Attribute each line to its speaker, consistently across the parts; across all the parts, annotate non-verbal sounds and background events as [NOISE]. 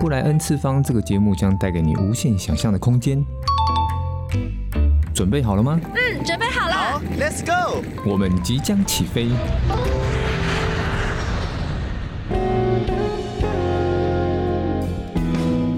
Speaker 1: 布莱恩次方这个节目将带给你无限想象的空间。准备好了吗？
Speaker 2: 嗯，准备好了。
Speaker 3: Let's go！
Speaker 1: 我们即将起飞。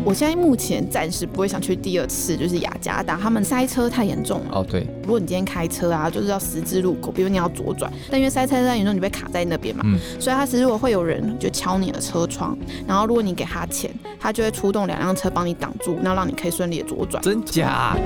Speaker 4: 我现在目前暂时不会想去第二次，就是雅加达，他们塞车太严重了。
Speaker 1: 哦，对，
Speaker 4: 如果你今天开车啊，就是要十字路口，比如你要左转，但因为塞车太严重，你被卡在那边嘛，
Speaker 1: 嗯
Speaker 4: 所以他如果会有人就敲你的车窗，然后如果你给他钱，他就会出动两辆车帮你挡住，然后让你可以顺利的左转。
Speaker 1: 真假？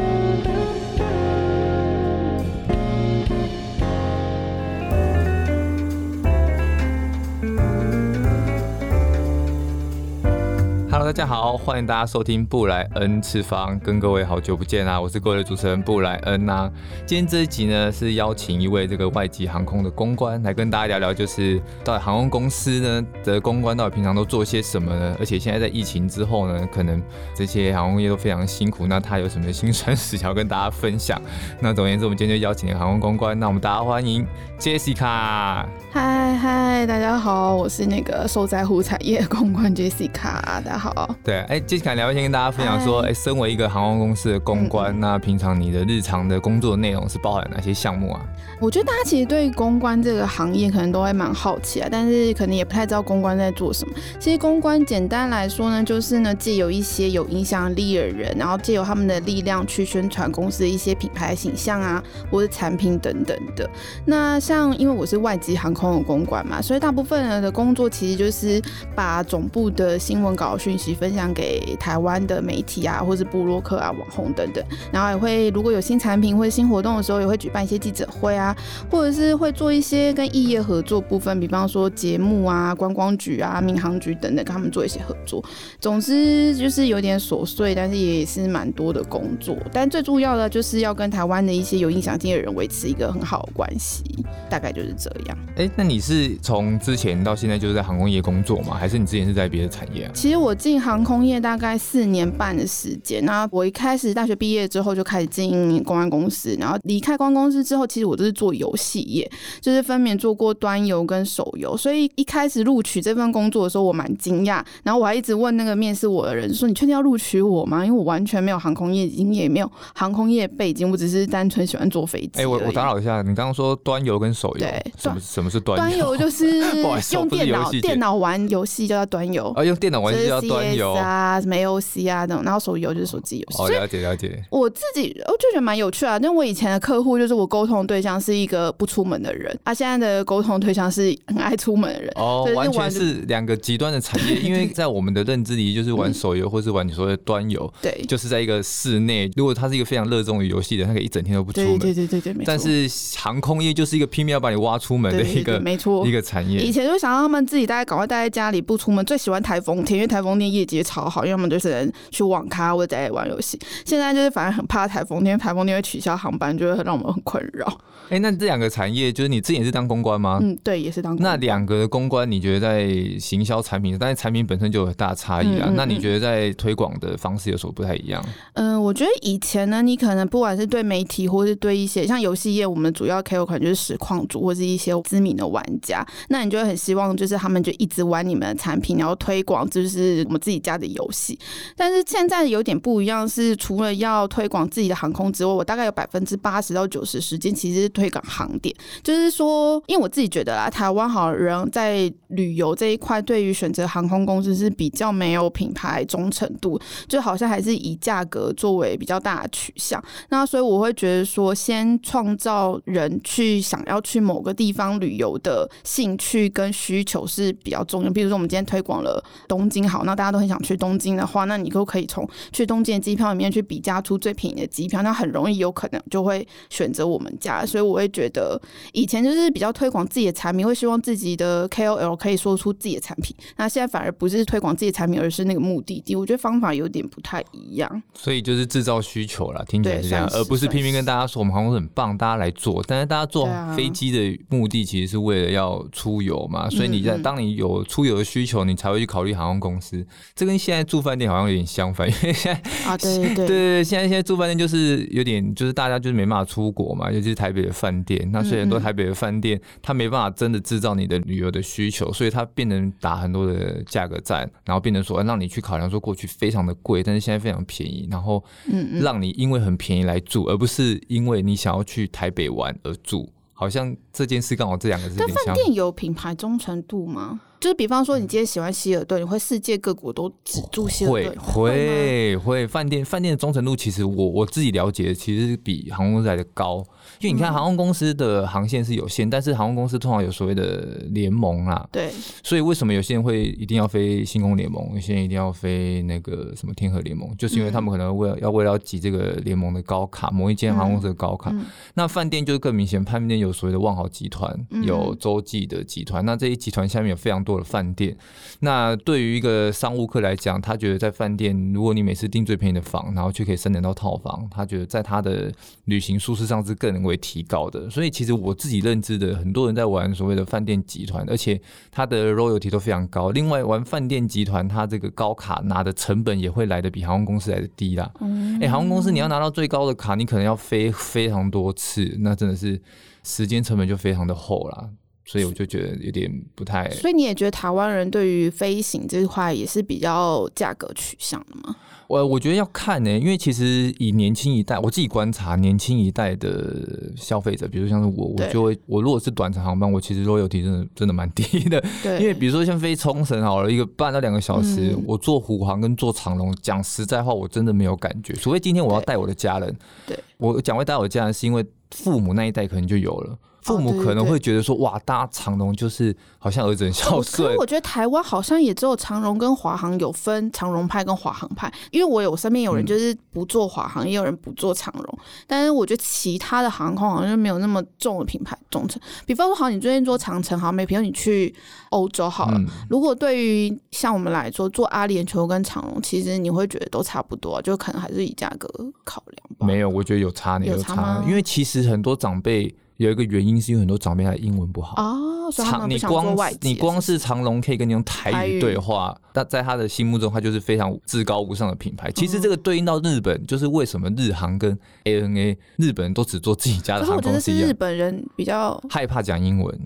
Speaker 1: Hello，大家好，欢迎大家收听布莱恩次方，跟各位好久不见啊！我是各位的主持人布莱恩啊。今天这一集呢，是邀请一位这个外籍航空的公关来跟大家聊聊，就是到底航空公司呢的公关到底平常都做些什么呢？而且现在在疫情之后呢，可能这些航空业都非常辛苦，那他有什么辛酸史要跟大家分享？ [LAUGHS] 那总而言之，我们今天就邀请了航空公关，那我们大家欢迎 Jessica。
Speaker 4: 嗨嗨，大家好，我是那个受灾户产业公关 Jessica，大家好。
Speaker 1: 对，哎、杰西卡，你要不要先跟大家分享说，哎、
Speaker 4: 嗨嗯
Speaker 1: 身为一个航空公司的公关，那平常你的日常的工作内容是包含哪些项目啊？
Speaker 4: 我觉得大家其实对公关这个行业可能都会蛮好奇啊，但是可能也不太知道公关在做什么。其实公关简单来说呢，就是呢借由一些有影响力的人，然后借由他们的力量去宣传公司的一些品牌形象啊，或是产品等等的。那像因为我是外籍航空的公关嘛，所以大部分人的工作其实就是把总部的新闻稿讯息分享给台湾的媒体啊，或是部落客啊、网红等等。然后也会如果有新产品或者新活动的时候，也会举办一些记者会啊，或者是会做一些跟异业合作部分，比方说节目啊、观光局啊、民航局等等，跟他们做一些合作。总之就是有点琐碎，但是也是蛮多的工作。但最重要的就是要跟台湾的一些有影响力的人维持一个很好的关系，大概就是这样。
Speaker 1: 哎、那你是从之前到现在就是在航空业工作吗？还是你之前是在别的产业啊？
Speaker 4: 其实我进航空业大概四年半的时间，那我一开始大学毕业之后就开始经营公关公司，然后离开公关公司之后，其实我都是做游戏业，就是分别做过端游跟手游，所以一开始录取这份工作的时候，我蛮惊讶，然后我还一直问那个面试我的人说：“你确定要录取我吗？”因为我完全没有航空业经验，也没有航空业背景，我只是单纯喜欢坐飞机而已。
Speaker 1: 哎、我我打扰一下，你刚刚说端游跟手游
Speaker 4: 对，
Speaker 1: 什么
Speaker 4: 端
Speaker 1: 什么是端
Speaker 4: 端游就是
Speaker 1: 不好意思我
Speaker 4: 用
Speaker 1: 不是
Speaker 4: 电
Speaker 1: 游
Speaker 4: 脑
Speaker 1: 戏界
Speaker 4: 电脑玩游戏就叫端游。
Speaker 1: 啊，用电脑玩
Speaker 4: 就
Speaker 1: 就是叫端游
Speaker 4: CS 啊，什么 AOC 啊等，然后手游就是手机游戏。
Speaker 1: 哦，
Speaker 4: 所以
Speaker 1: 了解了解。
Speaker 4: 我自己我就觉得蛮有趣啊。但我以前的客户就是我沟通的对象是一个不出门的人，啊，现在的沟通对象是很爱出门的人。
Speaker 1: 哦
Speaker 4: [LAUGHS] 所以，是
Speaker 1: 完全
Speaker 4: 玩
Speaker 1: 是两个极端的产
Speaker 4: [LAUGHS]
Speaker 1: 业，因为在我们的认知里，就是玩手游或是玩所谓的端游，
Speaker 4: 嗯对，
Speaker 1: 就是在一个室内。如果他是一个非常热衷于游戏的，他可以一整天都不出
Speaker 4: 对
Speaker 1: 门。
Speaker 4: 对对对对，没错。
Speaker 1: 但是航空业就是一个拼命要把你挖出门
Speaker 4: 对
Speaker 1: 的
Speaker 4: 对
Speaker 1: 一
Speaker 4: 对，
Speaker 1: 个
Speaker 4: 没错
Speaker 1: 一。个产
Speaker 4: 以
Speaker 1: 业。
Speaker 4: 前就想让他们自己待，赶快待在家里不出门，最喜欢台风天，因为台风天业绩也超好，因为他们就是能去网咖或者在家里玩游戏。现在就是反而很怕台风天，因为台风天会取消航班，就会很让我们很困扰。
Speaker 1: 哎、那这两个产业，就是你之前也是当公关吗？
Speaker 4: 嗯，对，也是当
Speaker 1: 啊那两个的公关，你觉得在行销产品，但是产品本身就有很大差异啊。
Speaker 4: 嗯嗯嗯
Speaker 1: 那你觉得在推广的方式有所不太一样？
Speaker 4: 嗯，我觉得以前呢，你可能不管是对媒体，或是对一些像游戏业，我们主要 KOL 可能就是实况主或是一些知名的玩家，那你就会很希望就是他们就一直玩你们的产品，然后推广就是我们自己家的游戏。但是现在有点不一样，是除了要推广自己的航空之外，我大概有百分之八十到九十时间其实是推广航点，就是说，因为我自己觉得啦，台湾好像人在旅游这一块，对于选择航空公司是比较没有品牌忠诚度，就好像还是以价格作为比较大的取向。那所以我会觉得说，先创造人去想要去某个地方旅游的兴趣跟需求是比较重要。比如说我们今天推广了东京，好，那大家都很想去东京的话，那你就可以从去东京的机票里面去比价出最便宜的机票，那很容易有可能就会选择我们家。所以我会觉得，以前就是比较推广自己的产品，会希望自己的 KOL 可以说出自己的产品。那现在反而不是推广自己的产品，而是那个目的地。我觉得方法有点不太一样。
Speaker 1: 所以就是制造需求啦，听起来
Speaker 4: 对
Speaker 1: 是这样，
Speaker 4: 算是
Speaker 1: 而不是拼命跟大家说我们航空公司很棒，大家来做。但是大家坐
Speaker 4: 对啊
Speaker 1: 飞机的目的其实是为了要出游嘛，所以你在
Speaker 4: 嗯嗯
Speaker 1: 当你有出游的需求，你才会去考虑航空公司。这跟现在住饭店好像有点相反，因为现在
Speaker 4: 啊，对对对
Speaker 1: 对对对，现在现在住饭店就是有点，就是大家就是没办法出国嘛，尤其是台北的饭店。那所以很多
Speaker 4: 嗯嗯
Speaker 1: 台北的饭店，它没办法真的制造你的旅游的需求，所以它变成打很多的价格战，然后变成说呃让你去考量说过去非常的贵，但是现在非常便宜，然后
Speaker 4: 嗯嗯，
Speaker 1: 让你因为很便宜来住，而不是因为你想要去台北玩而住。好像这件事刚好这两个是有
Speaker 4: 但
Speaker 1: 点
Speaker 4: 饭
Speaker 1: 像。
Speaker 4: 店有品牌忠诚度吗？就是比方说，你今天喜欢希尔顿，你会世界各国都只住希尔
Speaker 1: 会
Speaker 4: 顿？吗
Speaker 1: 会会，饭店饭店的忠诚度，其实我我自己了解，其实比航空公司来的高。因为
Speaker 4: 嗯
Speaker 1: 你看，航空公司的航线是有限，但是航空公司通常有所谓的联盟啦，
Speaker 4: 对，
Speaker 1: 所以为什么有些人会一定要飞星空联盟，有些人一定要飞那个什么天河联盟，
Speaker 4: 嗯
Speaker 1: 就是因为他们可能为了、要为了要挤这个联盟的高卡，某一间航空公司的高卡。
Speaker 4: 嗯嗯
Speaker 1: 那饭店就是更明显，饭店有所谓的万豪集团，
Speaker 4: 嗯
Speaker 1: 有洲际的集团，那这一集团下面有非常多的饭店。那对于一个商务客来讲，他觉得在饭店，如果你每次订最便宜的房，然后却可以升等到套房，他觉得在他的旅行舒适上是更为提高的。所以其实我自己认知的，很多人在玩所谓的饭店集团，而且它的 royalty 都非常高。另外，玩饭店集团，它这个高卡拿的成本也会来的比航空公司来的低啦。
Speaker 4: 嗯
Speaker 1: 哎、航空公司你要拿到最高的卡，你可能要飞非常多次，那真的是时间成本就非常的厚啦。所以我就觉得有点不太
Speaker 4: 嗯所以你也觉得台湾人对于飞行这块也是比较价格取向的吗？
Speaker 1: 我我觉得要看呢、因为其实以年轻一代，我自己观察年轻一代的消费者，比如像是我，我
Speaker 4: 对
Speaker 1: 就会我如果是短程航班，我其实 royalty 真的真的蛮低的，
Speaker 4: 对，
Speaker 1: 因为比如说像飞冲绳好了，一个半到两个小时，
Speaker 4: 嗯
Speaker 1: 我坐虎航跟坐长龙，讲实在话，我真的没有感觉。除非今天我要
Speaker 4: 对
Speaker 1: 带我的家人，
Speaker 4: 对
Speaker 1: 我讲会带我的家人，是因为父母那一代可能就有了。父母
Speaker 4: 哦对对
Speaker 1: 可能
Speaker 4: 对
Speaker 1: 会觉得说，哇，搭长龙就是好像儿子很孝
Speaker 4: 哦可
Speaker 1: 顺
Speaker 4: 是，我觉得台湾好像也只有长荣跟华航有分长荣派跟华航派，因为我有身边有人
Speaker 1: 嗯
Speaker 4: 就是不做华航，也有人不做长荣，但是我觉得其他的航空好像就没有那么重的品牌忠诚。比方说，好，你最近做长城，好，没，比如你去欧洲好了。
Speaker 1: 嗯，
Speaker 4: 如果对于像我们来说，做阿联酋跟长荣，其实你会觉得都差不多，啊就可能还是以价格考量吧。
Speaker 1: 没有，我觉得有差呢，
Speaker 4: 嗯有差
Speaker 1: 差
Speaker 4: 吗，
Speaker 1: 因为其实很多长辈有一个原因，是因为很多长辈他的英文不好。
Speaker 4: 啊，所以他
Speaker 1: 长
Speaker 4: 们
Speaker 1: 你
Speaker 4: 不想做
Speaker 1: 光
Speaker 4: 外
Speaker 1: 是
Speaker 4: 籍
Speaker 1: 你光是长隆可以跟你用
Speaker 4: 台
Speaker 1: 台
Speaker 4: 语
Speaker 1: 语对话，但在他的心目中，他就是非常至高无上的品牌。其实这
Speaker 4: 嗯
Speaker 1: 个对应到日本，就是为什么日航跟 ANA 日本人都只做自己家
Speaker 4: 可
Speaker 1: 的
Speaker 4: 是我
Speaker 1: 航
Speaker 4: 觉
Speaker 1: 空啊
Speaker 4: 得
Speaker 1: 是
Speaker 4: 是
Speaker 1: 一样
Speaker 4: 日，本人比较
Speaker 1: 害怕讲英文。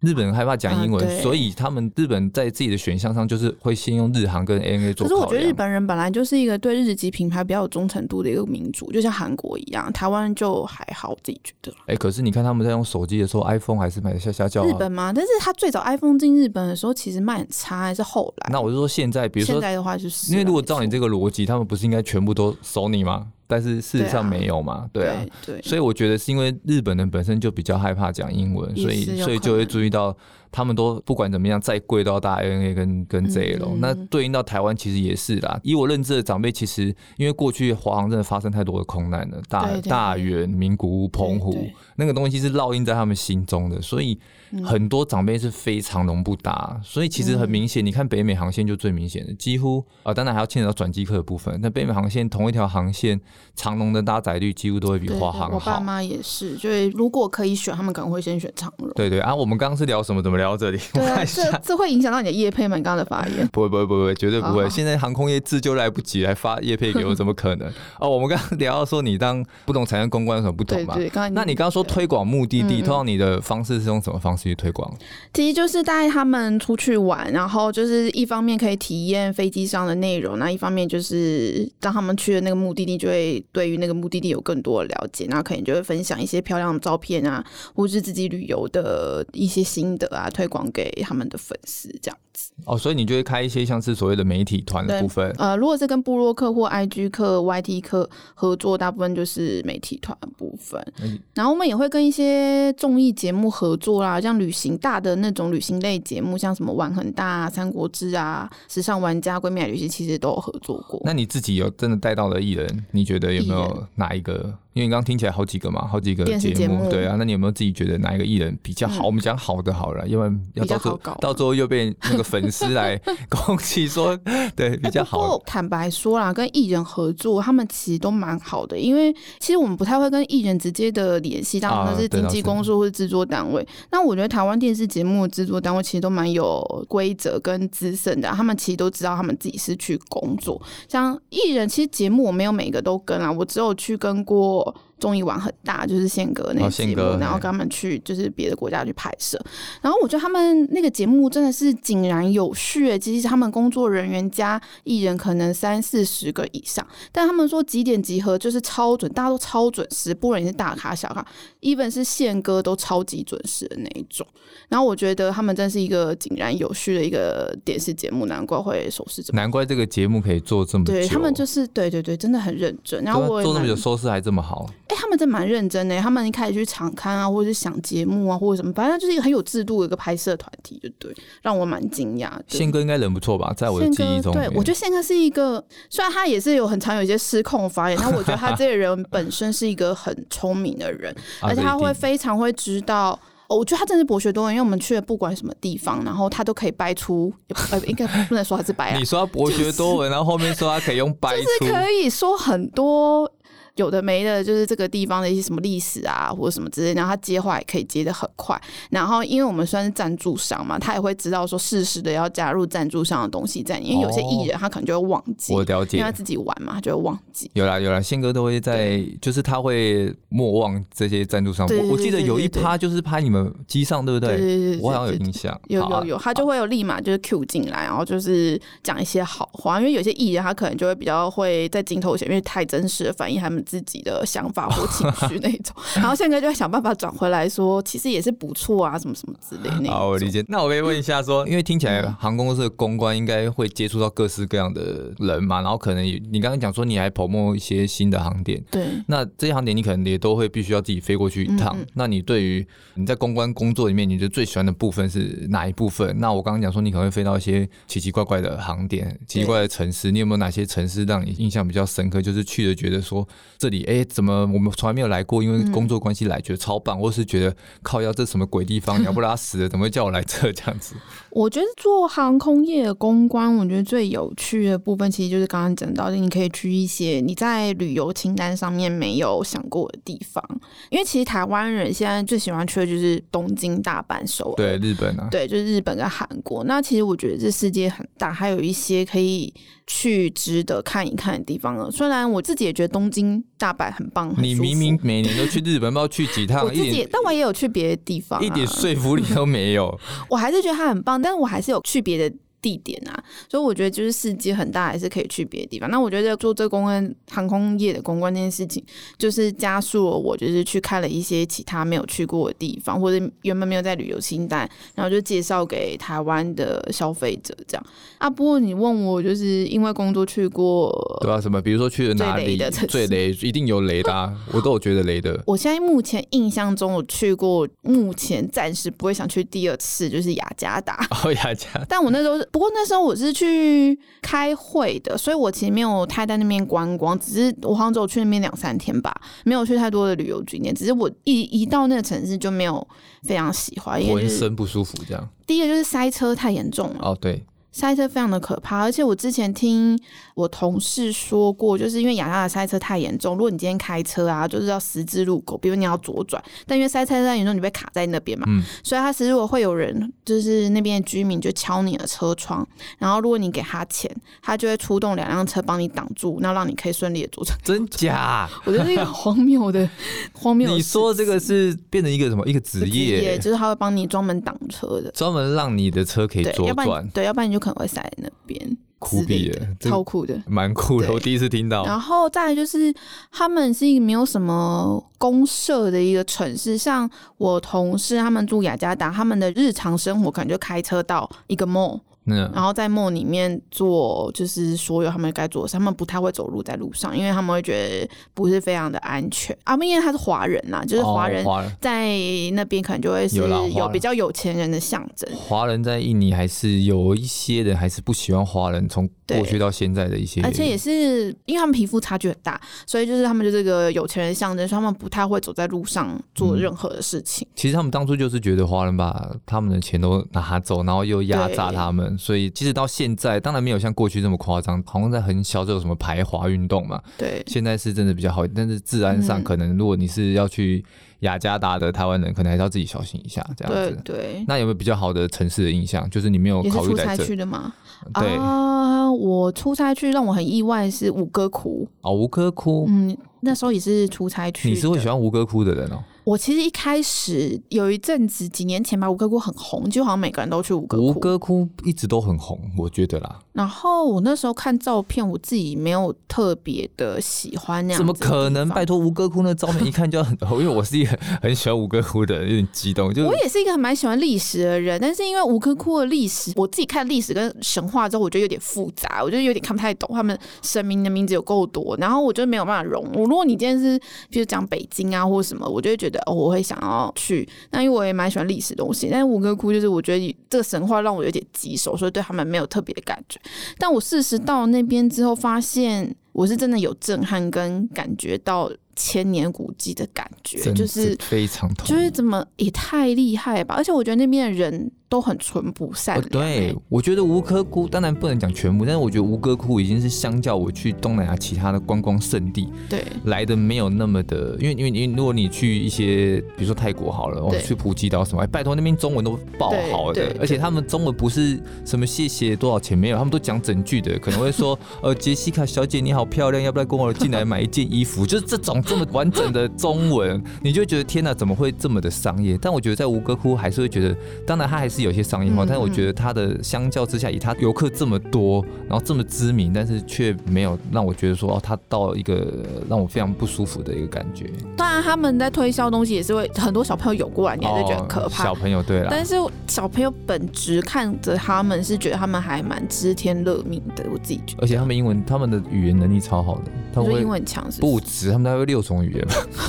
Speaker 1: 日本人害怕讲英文，
Speaker 4: 啊对
Speaker 1: 所以他们日本在自己的选项上就是会先用日航跟 ANA 做
Speaker 4: 可是我
Speaker 1: 考
Speaker 4: 觉得日
Speaker 1: 量。
Speaker 4: 本人本来就是一个对日籍品牌比较有忠诚度的一个民族，就像韩国一样，台湾就还好，我自己觉得。
Speaker 1: 哎、可是你看他们在用手机的时候，iPhone 还是买得下下叫
Speaker 4: 日
Speaker 1: 啊。
Speaker 4: 本嘛，但是他最早 iPhone 进日本的时候，其实卖很差，还是后来。
Speaker 1: 那我就说现在，比如说
Speaker 4: 现在的话就是啊，
Speaker 1: 因为如果照你
Speaker 4: 没错
Speaker 1: 这个逻辑，他们不是应该全部都 Sony 吗？但是事实上
Speaker 4: 对啊
Speaker 1: 没有嘛，对啊。
Speaker 4: 对对，
Speaker 1: 所以我觉得是因为日本人本身就比较害怕讲英文，
Speaker 4: 也
Speaker 1: 所
Speaker 4: 是
Speaker 1: 以
Speaker 4: 有
Speaker 1: 所以
Speaker 4: 可
Speaker 1: 就会
Speaker 4: 能
Speaker 1: 注意到他们都不管怎么样再贵都要搭 ANA 跟跟 JL、
Speaker 4: 嗯
Speaker 1: 那对应到台湾其实也是啦，以我认知的长辈，其实因为过去华航真的发生太多的空难了，大
Speaker 4: 对对
Speaker 1: 大园、名古屋、澎湖
Speaker 4: 对对
Speaker 1: 那个东西是烙印在他们心中的，所以
Speaker 4: 嗯
Speaker 1: 很多长辈是非常容不搭。所以其实很明显，你看北美航线就最明显的，几乎啊、呃当然还要牵扯到转机客的部分。但北美航线同一条航线，长龙的搭载率几乎都会比
Speaker 4: 对
Speaker 1: 华
Speaker 4: 对
Speaker 1: 航
Speaker 4: 我爸
Speaker 1: 好。
Speaker 4: 妈也是，就是如果可以选，他们可能会先选长荣。
Speaker 1: 对对啊，我们刚刚是聊什么？怎么聊到这
Speaker 4: [LAUGHS]
Speaker 1: 里？我
Speaker 4: 对啊，
Speaker 1: 看一
Speaker 4: 这
Speaker 1: 下。
Speaker 4: 这会影响到你的业配们刚刚的发
Speaker 1: [LAUGHS]
Speaker 4: 言。
Speaker 1: 不会不会不会，绝对不
Speaker 4: 好
Speaker 1: 会！
Speaker 4: 好
Speaker 1: 现在航空业自救来不及，来发业配给我，怎么可能？ [LAUGHS] 哦，我们刚刚聊到说你当不同产业公关有什么不同
Speaker 4: 对
Speaker 1: 嘛？
Speaker 4: 对，刚刚
Speaker 1: 那你刚刚说推广目的
Speaker 4: 嗯
Speaker 1: 地，
Speaker 4: 嗯
Speaker 1: 通常你的方式是用什么方式去推广？
Speaker 4: 其实就是带他们出去玩，然后就是一方面可以体验飞机上的内容，那一方面就是当他们去的那个目的地，就会对于那个目的地有更多的了解，然后可能就会分享一些漂亮的照片啊，或是自己旅游的一些心得啊，推广给他们的粉丝这样。
Speaker 1: 哦，所以你就会开一些像是所谓的媒体团的
Speaker 4: 对
Speaker 1: 部分。
Speaker 4: 呃，如果是跟部落客或 IG 客、YT 客合作，大部分就是媒体团的部分。
Speaker 1: 嗯
Speaker 4: 然后我们也会跟一些综艺节目合作啦，像旅行大的那种旅行类节目，像什么玩很大、啊、三国志啊、时尚玩家、闺蜜爱旅行，其实都有合作过。
Speaker 1: 那你自己有真的带到的艺人，你觉得有没
Speaker 4: 艺
Speaker 1: 有哪一个因为你刚刚听起来好几个嘛，好几个
Speaker 4: 电视
Speaker 1: 节
Speaker 4: 节目
Speaker 1: 对啊，那你有没有自己觉得哪一个艺人比较好？
Speaker 4: 嗯
Speaker 1: 我们讲好的好了，要不然要
Speaker 4: 比较
Speaker 1: 到最后
Speaker 4: 好搞
Speaker 1: 到最后又被那个粉丝来攻击
Speaker 4: [LAUGHS]
Speaker 1: 说，对比
Speaker 4: 哎
Speaker 1: 较
Speaker 4: 不
Speaker 1: 好
Speaker 4: 过坦白说啦，跟艺人合作，他们其实都蛮好的，因为其实我们不太会跟艺人直接的联系，当
Speaker 1: 啊
Speaker 4: 然都是
Speaker 1: 对
Speaker 4: 经
Speaker 1: 倒
Speaker 4: 纪
Speaker 1: 是
Speaker 4: 公司或者制作单位。那我觉得台湾电视节目的制作单位其实都蛮有规则跟资深的，他们其实都知道他们自己是去工作。像艺人，其实节目我没有每个都跟啦，我只有去跟过。综艺玩很大，就是宪哥那
Speaker 1: 哦
Speaker 4: 个
Speaker 1: 宪
Speaker 4: 节目，
Speaker 1: 哥
Speaker 4: 然后
Speaker 1: 嘿
Speaker 4: 跟他们去就是别的国家去拍摄，然后我觉得他们那个节目真的是井然有序耶，其实他们工作人员加艺人可能三四十个以上，但他们说几点集合就是超准，大家都超准时，不管你是大咖小咖，even 是宪哥都超级准时的那一种。然后我觉得他们真是一个井然有序的一个电视节目，难怪会收视这么。
Speaker 1: 难怪这个节目可以做这么久，
Speaker 4: 对他们就是对对对，真的很认真。然后
Speaker 1: 对啊
Speaker 4: 我也
Speaker 1: 做这么久
Speaker 4: 蛮
Speaker 1: 收视还这么好，
Speaker 4: 哎、他们真蛮认真的耶，他们一开始去场刊啊，或者是想节目啊，或者什么，反正就是一个很有制度的一个拍摄团体，就对，让我蛮惊讶的。
Speaker 1: 宪哥应该人不错吧？在我的
Speaker 4: 宪
Speaker 1: 记
Speaker 4: 哥
Speaker 1: 忆中里欸
Speaker 4: 对
Speaker 1: 面，
Speaker 4: 我觉得宪哥是一个，虽然他也是有很常有一些失控发言，但我觉得他这个人本身是一个很聪明的人，
Speaker 1: [LAUGHS] 啊
Speaker 4: 而且
Speaker 1: 这一
Speaker 4: 他会
Speaker 1: 定
Speaker 4: 非常会知道。哦我觉得他真的是博学多闻，因为我们去了不管什么地方，然后他都可以掰出，呃，应该不能说他是掰
Speaker 1: [LAUGHS]
Speaker 4: 啊
Speaker 1: 你，说他博学多闻，然后后面说他可以用掰
Speaker 4: 就
Speaker 1: 出
Speaker 4: 是，可以说很多有的没的，就是这个地方的一些什么历史啊，或者什么之类，然后他接话也可以接的很快。然后因为我们算是赞助商嘛，他也会知道说适时的要加入赞助商的东西在里面，因为有些艺人他可能就会忘记。
Speaker 1: 我了
Speaker 4: 因为
Speaker 1: 解
Speaker 4: 他。自己玩嘛，他就会忘记。
Speaker 1: 有啦有啦，宪哥都会在，就是他会莫忘这些赞助商。
Speaker 4: 啊对
Speaker 1: 我我
Speaker 4: 对
Speaker 1: 记得
Speaker 4: 对
Speaker 1: 有
Speaker 4: 对
Speaker 1: 一
Speaker 4: 对
Speaker 1: 趴就是拍你们机上，对不
Speaker 4: 对
Speaker 1: 对？
Speaker 4: 对对，
Speaker 1: 我好像有
Speaker 4: 对对
Speaker 1: 印象。
Speaker 4: 有
Speaker 1: 好
Speaker 4: 有
Speaker 1: 啊
Speaker 4: 有，他就会有立马就是 Q 进来，然后就是讲一些好话，因为有些艺人他可能就会比较会在镜头前面太真实的反映他们自己的想法或情绪那一种，然后宪哥就会想办法转回来说，其实也是不错啊，什么什么之类的那一
Speaker 1: 好，我
Speaker 4: 种
Speaker 1: 理解。那我可以问一下
Speaker 4: 嗯
Speaker 1: 说，因为听起来航空公司的公关应该会接触到各式各样的人嘛，然后可能也你刚刚讲说你还 promo 一些新的航点，
Speaker 4: 对。
Speaker 1: 那这些航点你可能也都会必须要自己飞过去一趟。
Speaker 4: 嗯嗯
Speaker 1: 那你对于你在公关工作里面，你觉得最喜欢的部分是哪一部分？那我刚刚讲说你可能会飞到一些奇奇怪怪的航点、奇奇怪怪的城市，你有没有哪些城市让你印象比较深刻？就是去了觉得说这里哎、诶怎么我们从来没有来过，因
Speaker 4: 嗯
Speaker 1: 为工作关系来，觉得超棒，或是觉得靠要这什么鬼地
Speaker 4: [LAUGHS]
Speaker 1: 方，鸟不拉屎的，怎么会叫我来这这样子？
Speaker 4: 我觉得做航空业的公关，我觉得最有趣的部分，其实就是刚刚讲到的，你可以去一些你在旅游清单上面没有想过的地方，因为其实台湾人现在最喜欢去的就是东京、大阪、首尔，
Speaker 1: 对，日本啊，
Speaker 4: 对，就是日本跟韩国。那其实我觉得这世界很大，还有一些可以去值得看一看的地方了。虽然我自己也觉得东京、大阪很棒，很
Speaker 1: 你
Speaker 4: 舒
Speaker 1: 明
Speaker 4: 服
Speaker 1: 明每年都去日本，不知道去几趟，
Speaker 4: 我
Speaker 1: 一
Speaker 4: 自己也
Speaker 1: 点，
Speaker 4: 但我也有去别的地方、啊，
Speaker 1: 一点说服力都没有。
Speaker 4: 我还是觉得它很棒，但是我还是有去别的地点啊，所以我觉得就是世界很大，还是可以去别的地方。那我觉得做这公关航空业的公关这件事情，就是加速了我就是去看了一些其他没有去过的地方，或者原本没有在旅游清单，然后就介绍给台湾的消费者这样。啊，不过你问我，就是因为工作去过
Speaker 1: 对啊，什么？比如说去了哪
Speaker 4: 最雷
Speaker 1: 里
Speaker 4: 的城市
Speaker 1: 最雷，一定有雷的、
Speaker 4: [LAUGHS]
Speaker 1: 啊，我都有觉得雷的。 [LAUGHS]
Speaker 4: 我现在目前印象中，我去过，目前暂时不会想去第二次，就是雅加达。
Speaker 1: 哦呀，这样
Speaker 4: 但我那时候，不过那时候我是去开会的，所以我其实没有太在那边观光，只是我好像只有去那边两三天吧，没有去太多的旅游景点。只是我一一到那个城市就没有非常喜欢，因为
Speaker 1: 浑
Speaker 4: 就是
Speaker 1: 身不舒服，这样。
Speaker 4: 第一个就是塞车太严重了，
Speaker 1: 哦，对，
Speaker 4: 塞车非常的可怕，而且我之前听我同事说过，就是因为雅加达塞车太严重，如果你今天开车啊，就是要十字路口，比如你要左转，但因为塞车太严重，你被卡在那边嘛，
Speaker 1: 嗯
Speaker 4: 所以他是如果会有人，就是那边的居民就敲你的车窗，然后如果你给他钱，他就会出动两辆车帮你挡住，那让你可以顺利的左转。
Speaker 1: 真假？
Speaker 4: 我觉得是一个很荒
Speaker 1: [LAUGHS]
Speaker 4: 谬的，荒谬的
Speaker 1: 你
Speaker 4: 事
Speaker 1: 说这个是变成一个什么？一个
Speaker 4: 职
Speaker 1: 职业，
Speaker 4: 就是他会帮你专门挡车的。
Speaker 1: 专门让你的车可以
Speaker 4: 对，
Speaker 1: 左
Speaker 4: 要不然
Speaker 1: 转，
Speaker 4: 对，要不然你就可能会塞在那边，
Speaker 1: 酷
Speaker 4: 之类
Speaker 1: 毙
Speaker 4: 的
Speaker 1: 了这个
Speaker 4: 超酷的。
Speaker 1: 蛮酷的。
Speaker 4: 对
Speaker 1: 我第一次听到。
Speaker 4: 然后再来就是，他们是一个没有什么公社的一个城市，像我同事他们住雅加达，他们的日常生活可能就开车到一个 mall，
Speaker 1: 那
Speaker 4: 然后在梦里面做就是所有他们该做的事，他们不太会走路在路上，因为他们会觉得不是非常的安全。啊，因为他是华人啦，就是华人
Speaker 1: 哦华人
Speaker 4: 在那边可能就会是
Speaker 1: 有啦华
Speaker 4: 有
Speaker 1: 人
Speaker 4: 比较有钱人的象征。
Speaker 1: 华人在印尼还是有一些人还是不喜欢华人，从
Speaker 4: 对
Speaker 1: 过去到现在的一些，
Speaker 4: 而且也是因为他们皮肤差距很大，所以就是他们就这个有钱人的象征，所以他们不太会走在路上
Speaker 1: 嗯
Speaker 4: 做任何的事情。
Speaker 1: 其实他们当初就是觉得华人把他们的钱都拿走，然后又压榨他们，所以即使到现在，当然没有像过去这么夸张，好像在很小就有什么排华运动嘛，
Speaker 4: 对，
Speaker 1: 现在是真的比较好，但是治安上
Speaker 4: 嗯
Speaker 1: 可能如果你是要去雅加达的台湾人，可能还是要自己小心一下这样
Speaker 4: 对
Speaker 1: 子。
Speaker 4: 对，
Speaker 1: 那有没有比较好的城市的印象？就是你没有
Speaker 4: 也是
Speaker 1: 考虑
Speaker 4: 出
Speaker 1: 在
Speaker 4: 差
Speaker 1: 这，
Speaker 4: 去的吗？
Speaker 1: 对，
Speaker 4: 啊，我出差去让我很意外是五哥窟，
Speaker 1: 哦，吴哥窟，
Speaker 4: 嗯，那时候也是出差去。
Speaker 1: 你是会喜？欢吴哥窟的人哦。
Speaker 4: 我其实一开始有一阵子，几年前吧，吴哥窟很红，就好像每个人都去吴哥窟。
Speaker 1: 吴哥窟一直都很红，我觉得啦，
Speaker 4: 然后我那时候看照片，我自己没有特别的喜欢那样。
Speaker 1: 怎么可能？拜？托，吴哥窟那照片一看 [LAUGHS] 就很，因为我是一个很喜欢吴哥窟的人，有点激动，就
Speaker 4: 我也是一个蛮喜欢历史的人，但是因为吴哥窟的历史，我自己看历史跟神话之后，我觉得有点复杂，我就有点看不太懂他们神明的名字有够多，然后我就没有办法融入。如果你今天是比如讲北京啊或什么，我就会觉得哦，我会想要去。那因为我也蛮喜欢历史东西，但是吴哥窟就是我觉得这个神话让我有点棘手，所以对他们没有特别的感觉。但我事实到那边之后，发现我是真的有震撼跟感觉到千年古迹的感觉，
Speaker 1: 真
Speaker 4: 就
Speaker 1: 的
Speaker 4: 是
Speaker 1: 非常同意。
Speaker 4: 就是怎么也太厉害吧！而且我觉得那边的人都很淳朴善
Speaker 1: 哦
Speaker 4: 良、，欸
Speaker 1: 对，，我觉得吴哥窟当然不能讲全部，但是我觉得吴哥窟已经是相较我去东南亚其他的观光胜地
Speaker 4: 对
Speaker 1: 来的没有那么的，因为因为因为如果你去一些比如说泰国好了，哦
Speaker 4: 对、
Speaker 1: 去普吉岛什么，哎，拜托那边中文都爆好
Speaker 4: 对
Speaker 1: 的
Speaker 4: 对，
Speaker 1: 而且他们中文不是什么谢谢多少钱没有，他们都讲整句的，可能会
Speaker 4: [LAUGHS]
Speaker 1: 说呃杰西卡小姐你好漂亮，要不要跟我进来买一件衣服？就是这种这么完整的中文，你就觉得天哪，怎么会这么的商业？但我觉得在吴哥窟还是会觉得，当然它还是有一些商业化，
Speaker 4: 嗯
Speaker 1: 但是我觉得它的相较之下，以它游客这么多，然后这么知名，但是却没有让我觉得说哦，它到一个让我非常不舒服的一个感觉，
Speaker 4: 当然他们在推销东西也是会很多小朋友涌过来，你还是觉得很可
Speaker 1: 哦
Speaker 4: 怕。
Speaker 1: 小朋友对啦，
Speaker 4: 但是小朋友本质看着他们是觉得他们还蛮知天乐命的，我自己觉得。
Speaker 1: 而且他们英文，他们的语言能力超好的，他
Speaker 4: 我
Speaker 1: 们
Speaker 4: 觉得英
Speaker 1: 会
Speaker 4: 文很强是
Speaker 1: 不
Speaker 4: 不
Speaker 1: 止，他们大概会六种语言吧。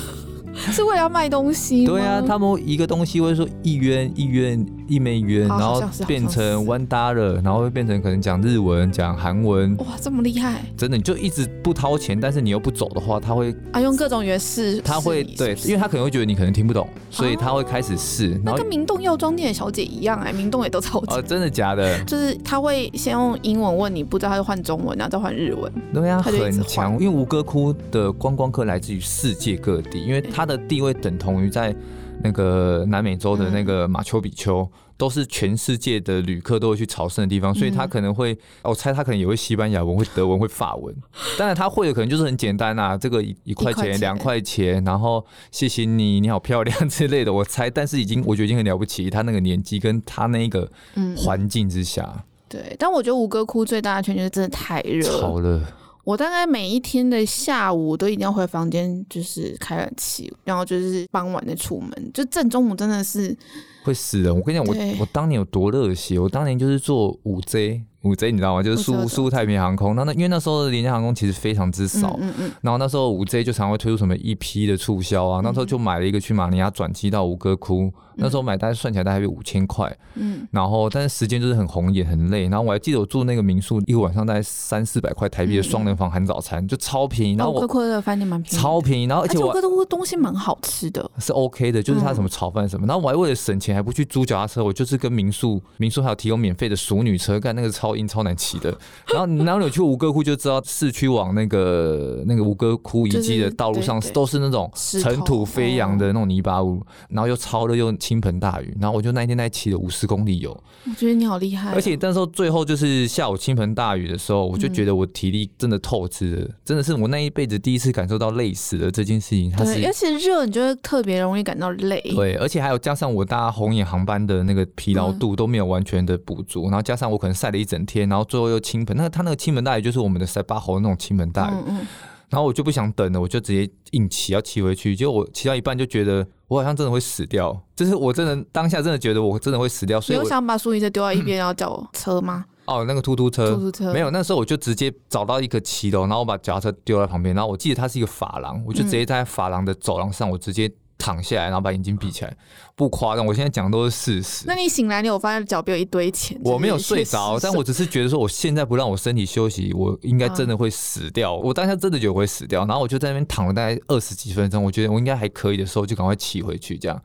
Speaker 4: 是是为了要卖东西吗
Speaker 1: 对啊，他们一个东西会说一元、一元、一美元，
Speaker 4: 好
Speaker 1: 然后
Speaker 4: 哦好像是
Speaker 1: 变
Speaker 4: 好
Speaker 1: 成
Speaker 4: 像
Speaker 1: one dollar，然后会变成可能讲日文、讲韩文，
Speaker 4: 哇这么厉害
Speaker 1: 真的你就一直不掏钱，但是你又不走的话，他会
Speaker 4: 啊！用各种语言试，
Speaker 1: 他会
Speaker 4: 试你
Speaker 1: 对
Speaker 4: 是不，是
Speaker 1: 因为他可能会觉得你可能听不懂，所以他会开始试，然
Speaker 4: 那
Speaker 1: 后
Speaker 4: 跟明洞药妆店的小姐一样哎、明洞也都超级。
Speaker 1: 哦，真的假的？
Speaker 4: 就是他会先用英文问你，不知道他就换中文，然后再换日文。
Speaker 1: 对啊，
Speaker 4: 他就一直
Speaker 1: 很强。因为吴哥窟的观光客来自于世界各地，因为它的地位等同于在那个南美洲的那个马丘比丘。都是全世界的旅客都会去朝圣的
Speaker 4: 嗯
Speaker 1: 地方，所以他可能会，哦我猜他可能也会西班牙文、会德文、会法文。当然，他会的可能就是很简单啊，这个一一块
Speaker 4: 一块
Speaker 1: 钱、
Speaker 4: 钱
Speaker 1: 两块钱，然后谢谢你，你好漂亮之类的。我猜，但是已经我觉得已经很了不起，他那个年纪跟他那个
Speaker 4: 嗯，
Speaker 1: 环境之下，
Speaker 4: 对，但我觉得吴哥窟最大的缺点就是真的太热
Speaker 1: 超
Speaker 4: 了。
Speaker 1: 热。
Speaker 4: 我大概每一天的下午都一定要回房间，就是开冷气，然后就是傍晚再出门。就正中午真的是
Speaker 1: 会死人！我跟你讲，
Speaker 4: 对
Speaker 1: 我我当年有多热血，我当年就是做五 J 五 J，你知道吗？就是
Speaker 4: 我知
Speaker 1: 苏
Speaker 4: 道
Speaker 1: 苏太平洋航空。那那因为那时候的廉价航空其实非常之少，
Speaker 4: 嗯嗯
Speaker 1: 然后那时候五 J 就常会推出什么一批的促销啊，那时候就买了一个去马尼亚转机到吴哥窟，那时候买大概算起来大概有五千块，
Speaker 4: 嗯
Speaker 1: 然后但是时间就是很红也很累，然后我还记得我住那个民宿一个晚上大概三四百块台币的双人房含早餐，就超便宜，
Speaker 4: 嗯，
Speaker 1: 然
Speaker 4: 哦
Speaker 1: 后
Speaker 4: 吴哥
Speaker 1: 我
Speaker 4: 窟的饭店蛮便宜的，
Speaker 1: 超便宜，然后而
Speaker 4: 而
Speaker 1: 且
Speaker 4: 且
Speaker 1: 我
Speaker 4: 吴哥窟东西蛮好吃的。
Speaker 1: 是 OK 的，就是它
Speaker 4: 嗯
Speaker 1: 什么炒饭什么，然后我还为了省钱还不去租脚踏车，我就是跟民宿民宿还有提供免费的熟女车，干那个超硬超难骑的。然后然后你去吴哥窟就知道，市区往那个那个吴哥窟遗迹的道路上
Speaker 4: 就是对对
Speaker 1: 都是那种
Speaker 4: 石头嗯
Speaker 1: 尘土飞扬的那种泥巴屋，然后又超热又倾盆大雨，然后我就那一天在骑了五十公里有，
Speaker 4: 我觉得你好厉害哦，
Speaker 1: 嗯而且那时候最后就是下午倾盆大雨的时候，我就觉
Speaker 4: 嗯
Speaker 1: 得我体力真的透支了，真的是我那一辈子第一次感受到累死了这件事情，它是
Speaker 4: 对，而且热你就会特别容易感到累。
Speaker 1: 对，而且还有加上我搭红眼航班的那个疲劳
Speaker 4: 嗯
Speaker 1: 度都没有完全的补足，然后加上我可能晒了一整天，然后最后又倾盆，那它那个倾盆大雨就是我们的塞巴侯那种倾盆大雨，
Speaker 4: 嗯嗯，
Speaker 1: 然后我就不想等了，我就直接硬骑，要骑回去。结果我骑到一半就觉得我好像真的会死掉，就是我真的当下真的觉得我真的会死掉，所以
Speaker 4: 你有
Speaker 1: 我
Speaker 4: 想把苏云车丢到
Speaker 1: [CLEARS THROAT]
Speaker 4: 一边，然后叫我车吗？
Speaker 1: 哦那个突突车
Speaker 4: 出租车
Speaker 1: 没有，那时候我就直接找到一个骑楼，然后我把脚踏车丢在旁边，然后我记得它是一个发廊，我就直接
Speaker 4: 嗯
Speaker 1: 在发廊的走廊上，我直接躺下来，然后把眼睛闭起来，不夸张，我现在讲的都是事实
Speaker 4: 那。你醒来，你有发现脚边有一堆钱？
Speaker 1: 我没有
Speaker 4: 就是一
Speaker 1: 睡
Speaker 4: 些
Speaker 1: 着，
Speaker 4: 时
Speaker 1: 但我只是觉得说，我现在不让我身体休息，我应该
Speaker 4: 嗯
Speaker 1: 真的会死掉。我当下真的觉得我会死掉，然后我就在那边躺了大概二十几分钟，我觉得我应该还可以的时候，就赶快骑回去。这样，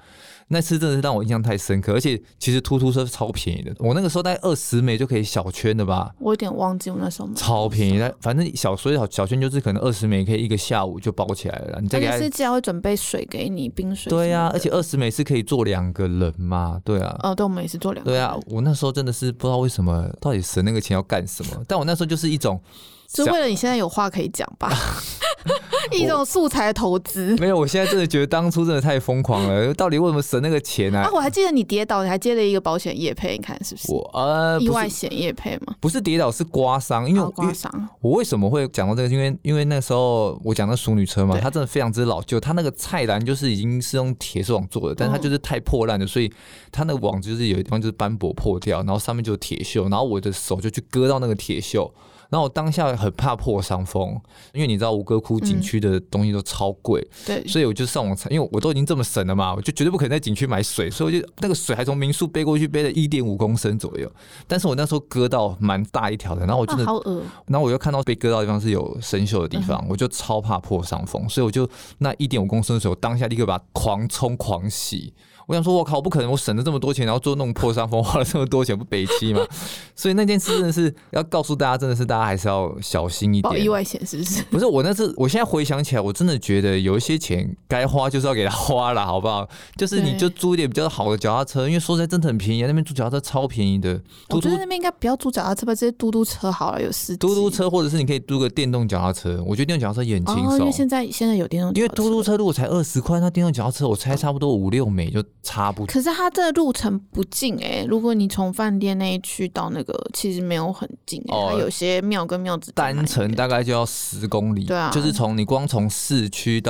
Speaker 1: 那次真的是让我印象太深刻，而且其实突突车是超便宜的，我那个时候大概二十枚就可以小圈的吧。
Speaker 4: 我有点忘记我那时候买
Speaker 1: 超便宜，
Speaker 4: 啊
Speaker 1: 那反正小所以小小圈就是可能二十枚可以一个下午就包起来了，你再
Speaker 4: 而
Speaker 1: 给
Speaker 4: 且
Speaker 1: 它
Speaker 4: 啊是既然会准备水给你，冰水。
Speaker 1: 对
Speaker 4: 呀、
Speaker 1: 啊，而且二十枚是可以坐两个人嘛，对啊，
Speaker 4: 哦，对，我们也是做两个
Speaker 1: 对
Speaker 4: 人。
Speaker 1: 啊，我那时候真的是不知道为什么，到底省那个钱要干什么？但我那时候就是一种
Speaker 4: 是为了你现在有话可以讲吧？一种素材的投资。
Speaker 1: [LAUGHS] 没有，我现在真的觉得当初真的太疯狂了，到底为什么省那个钱
Speaker 4: 啊
Speaker 1: 啊，？
Speaker 4: 我还记得你跌倒，你还接了一个保险业配，你看是不是？
Speaker 1: 我呃，
Speaker 4: 意
Speaker 1: 不
Speaker 4: 外
Speaker 1: 是
Speaker 4: 险业配嘛，
Speaker 1: 不是跌倒是刮伤，因为
Speaker 4: 然
Speaker 1: 我
Speaker 4: 后刮伤，
Speaker 1: 我为什么会讲到这个？因为因为那时候我讲到淑女车嘛，
Speaker 4: 对
Speaker 1: 它真的非常之老旧，它那个菜篮就是已经是用铁丝网做的，但是它就是太破烂了，所以它那个网就是有一地方就是斑驳破掉，然后上面就有铁锈，然后我的手就去割到那个铁锈，然后我当下很怕破伤风，因为你知道吴哥窟景区的东西都超贵，
Speaker 4: 对，
Speaker 1: 所以我就上网查，因为我都已经这么省了嘛，我就绝对不可能在景区买水，所以我就那个水还从民宿背过去，背了一点五公升左右，但是我那时候割到蛮大一条的，然后我真的
Speaker 4: 啊、好恶，
Speaker 1: 然后我又看到被割到的地方是有生锈的地方，我就超怕破伤风，所以我就那一点五公升的水，我当下立刻把它狂冲狂洗。我想说，我靠，我不可能，我省了这么多钱，然后做那种破伤风，花了这么多钱，不北七吗？所以那件事真的是要告诉大家，真的是大家还是要小心一
Speaker 4: 保意
Speaker 1: 点。
Speaker 4: 外险是
Speaker 1: [LAUGHS]
Speaker 4: 不是？
Speaker 1: 不是我那次，我现在回想起来，我真的觉得有一些钱该花就是要给他花了，好不好？就是你
Speaker 4: 对
Speaker 1: 就租一点比较好的脚踏车，因为说实在真的很便宜，那边租脚踏车超便宜的，
Speaker 4: 我
Speaker 1: 嘟
Speaker 4: 觉
Speaker 1: 嘟
Speaker 4: 得那边应该不要租脚踏车吧，直接嘟嘟车好了，有司机。
Speaker 1: 嘟嘟车，或者是你可以租个电动脚踏车，我觉得电动脚踏车也很轻
Speaker 4: 哦，因
Speaker 1: 松。
Speaker 4: 为现在现在有电动脚踏车，
Speaker 1: 因为嘟嘟车如果才二十块，那电动脚踏车我
Speaker 4: 嗯
Speaker 1: 猜差不多五六美就差不多。
Speaker 4: 可是它这路程不近哎、如果你从饭店那一区到那个，其实没有很近、欸，
Speaker 1: 哦
Speaker 4: 它有些庙跟庙之间还
Speaker 1: 单程大概就要十公里，
Speaker 4: 对啊
Speaker 1: 就是从你光从市区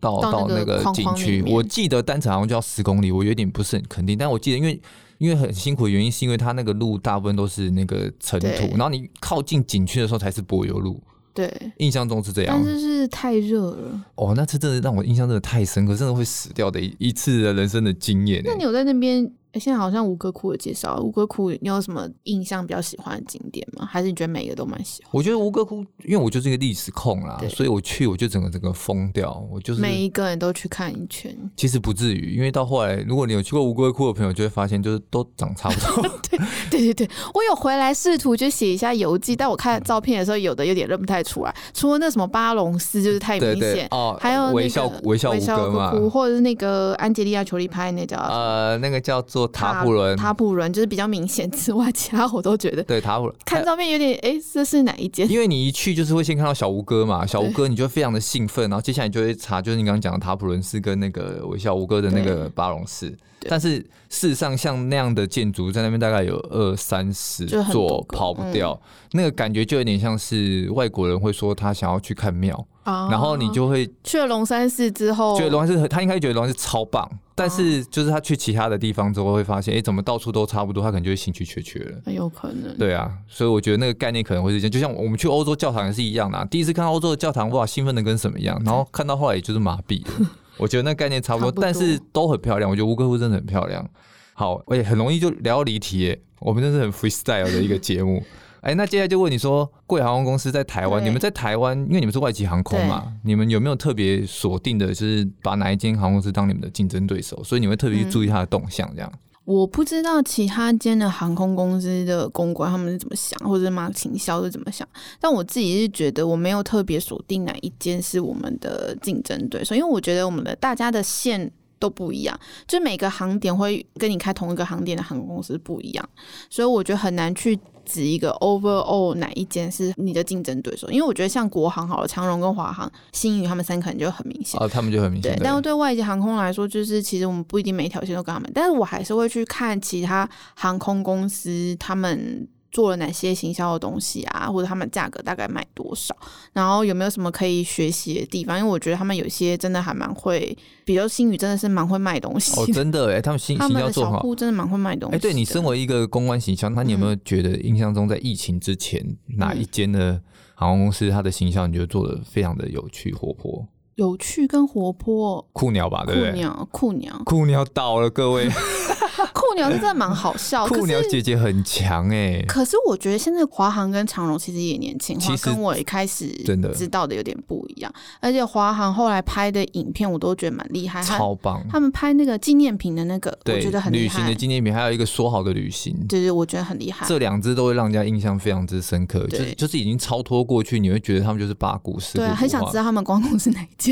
Speaker 1: 到到
Speaker 4: 到
Speaker 1: 那
Speaker 4: 那个
Speaker 1: 个
Speaker 4: 框
Speaker 1: 景
Speaker 4: 框
Speaker 1: 区
Speaker 4: 里，面
Speaker 1: 我记得单程好像就要十公里，我有点不是很肯定，但我记得因为因为很辛苦的原因，是因为它那个路大部分都是那个尘
Speaker 4: 对
Speaker 1: 土，然后你靠近景区的时候才是柏油路，
Speaker 4: 对，
Speaker 1: 印象中是这样。
Speaker 4: 但是是太热了。
Speaker 1: 哦，那次真的让我印象真的太深刻，真的会死掉的一一次的人生的经验欸。
Speaker 4: 那你有在那边？欸现在好像吴哥窟的介绍，吴哥窟你有什么印象比较喜欢的景点吗？还是你觉得每个都蛮喜欢？
Speaker 1: 我觉得吴哥窟，因为我就是一个历史控啦
Speaker 4: 对，
Speaker 1: 所以我去我就整个整个疯掉，我就是
Speaker 4: 每一个人都去看一圈， [LAUGHS]
Speaker 1: 其实不至于，因为到后来，如果你有去过吴哥窟的朋友，就会发现就是都长差不多。
Speaker 4: [LAUGHS] 对对对，我有回来试图去写一下游记，但我看照片的时候，有的有点认不太出来，除了那什么巴龙寺，就是太
Speaker 1: 对
Speaker 4: 明
Speaker 1: 对
Speaker 4: 显，
Speaker 1: 哦，
Speaker 4: 还有那个
Speaker 1: 微笑微笑吴哥嘛，
Speaker 4: 谷或者是那个安吉丽亚·裘丽拍那叫
Speaker 1: 呃，那个叫做塔普伦，
Speaker 4: 塔普伦就是比较明显之外， [LAUGHS] 其他我都觉得
Speaker 1: 对塔普伦。
Speaker 4: 看照片有点哎、诶这是哪一间？
Speaker 1: [LAUGHS] 因为你一去就是会先看到小吴哥嘛，小吴哥你就会非常的兴奋，然后接下来你就会查，就是你刚刚讲的塔普伦寺跟那个微笑吴哥的那个巴龙寺。
Speaker 4: 对
Speaker 1: 但是事实上，像那样的建筑在那边大概有二三十
Speaker 4: 就很多
Speaker 1: 座，
Speaker 4: 个嗯
Speaker 1: 跑不掉。那个感觉就有点像是外国人会说他想要去看庙，
Speaker 4: 啊
Speaker 1: 然后你就会
Speaker 4: 去了龙山寺之后，
Speaker 1: 觉得龙安寺，他应该觉得龙安寺超棒，但
Speaker 4: 啊
Speaker 1: 是就是他去其他的地方之后会发现，哎、怎么到处都差不多，他可能就会兴趣缺缺了。
Speaker 4: 哎很有可能。
Speaker 1: 对啊，所以我觉得那个概念可能会是这样，就像我们去欧洲教堂也是一样啦。第一次看到欧洲的教堂，哇，兴奋的跟什么一样，然后看到后来也就是麻痹了。
Speaker 4: [LAUGHS]
Speaker 1: 我觉得那概念差不多，
Speaker 4: 差不多
Speaker 1: 但是都很漂亮。我觉得吴哥窟真的很漂亮。好，而且很容易就聊到离题耶，我们真是很 freestyle 的一个节目。哎，那接下来就问你说，贵航空公司在台湾，
Speaker 4: 对
Speaker 1: 你们在台湾，因为你们是外籍航空嘛，你们有没有特别锁定的，就是把哪一间航空公司当你们的竞争对手？所以你会特别去
Speaker 4: 嗯
Speaker 1: 注意它的动向，这样。
Speaker 4: 我不知道其他间的航空公司的公关他们是怎么想，或者是马行销是怎么想，但我自己是觉得我没有特别锁定哪一间是我们的竞争对手，因为我觉得我们的大家的线。都不一样，就每个航点会跟你开同一个航点的航空公司不一样，所以我觉得很难去指一个 overall 哪一间是你的竞争对手，因为我觉得像国航好了，长荣跟华航、新宇他们三个可能就很明显。
Speaker 1: 啊，他们就很明显
Speaker 4: 对，。但是对外籍航空来说，就是其实我们不一定每一条线都跟他们，但是我还是会去看其他航空公司他们做了哪些行销的东西啊，或者他们价格大概卖多少，然后有没有什么可以学习的地方？因为我觉得他们有些真的还蛮会，比如新宇真的是蛮会卖东西
Speaker 1: 哦，
Speaker 4: 的，
Speaker 1: 真的哎，他们行
Speaker 4: 他
Speaker 1: 行
Speaker 4: 们
Speaker 1: 销
Speaker 4: 的
Speaker 1: 做
Speaker 4: 小
Speaker 1: 很好。
Speaker 4: 户真的蛮会卖东西
Speaker 1: 哎，
Speaker 4: 的。
Speaker 1: 对你身为一个公关行销，那你有没有觉得印象中在疫情之前、哪一间
Speaker 4: 嗯
Speaker 1: 的航空公司它的行销你觉得做的非常的有趣活泼？
Speaker 4: 有趣跟活泼，
Speaker 1: 酷鸟吧，
Speaker 4: 酷
Speaker 1: 对不对？
Speaker 4: 鸟酷鸟
Speaker 1: [LAUGHS] 酷鸟倒了，各
Speaker 4: [LAUGHS]
Speaker 1: 位，
Speaker 4: 酷鸟是真的蛮好笑，可
Speaker 1: [LAUGHS] 酷鸟
Speaker 4: 是
Speaker 1: 姐姐很强哎、
Speaker 4: 可是我觉得现在华航跟长荣其实也年轻化，
Speaker 1: 其实
Speaker 4: 跟我一开始
Speaker 1: 真的
Speaker 4: 知道的有点不一样。而且华航后来拍的影片，我都觉得蛮厉害。他
Speaker 1: 超棒。
Speaker 4: 他们拍那个纪念品的那个，我
Speaker 1: 对，
Speaker 4: 觉得很厉
Speaker 1: 旅行
Speaker 4: 害
Speaker 1: 的。纪念品，还有一个说好的旅行，
Speaker 4: 对对，我觉得很厉害。
Speaker 1: 这两只都会让人家印象非常之深刻，就
Speaker 4: 对
Speaker 1: 是就是已经超脱过去，你会觉得他们就是八股式。
Speaker 4: 对啊，很想知道他们光顾是哪一件。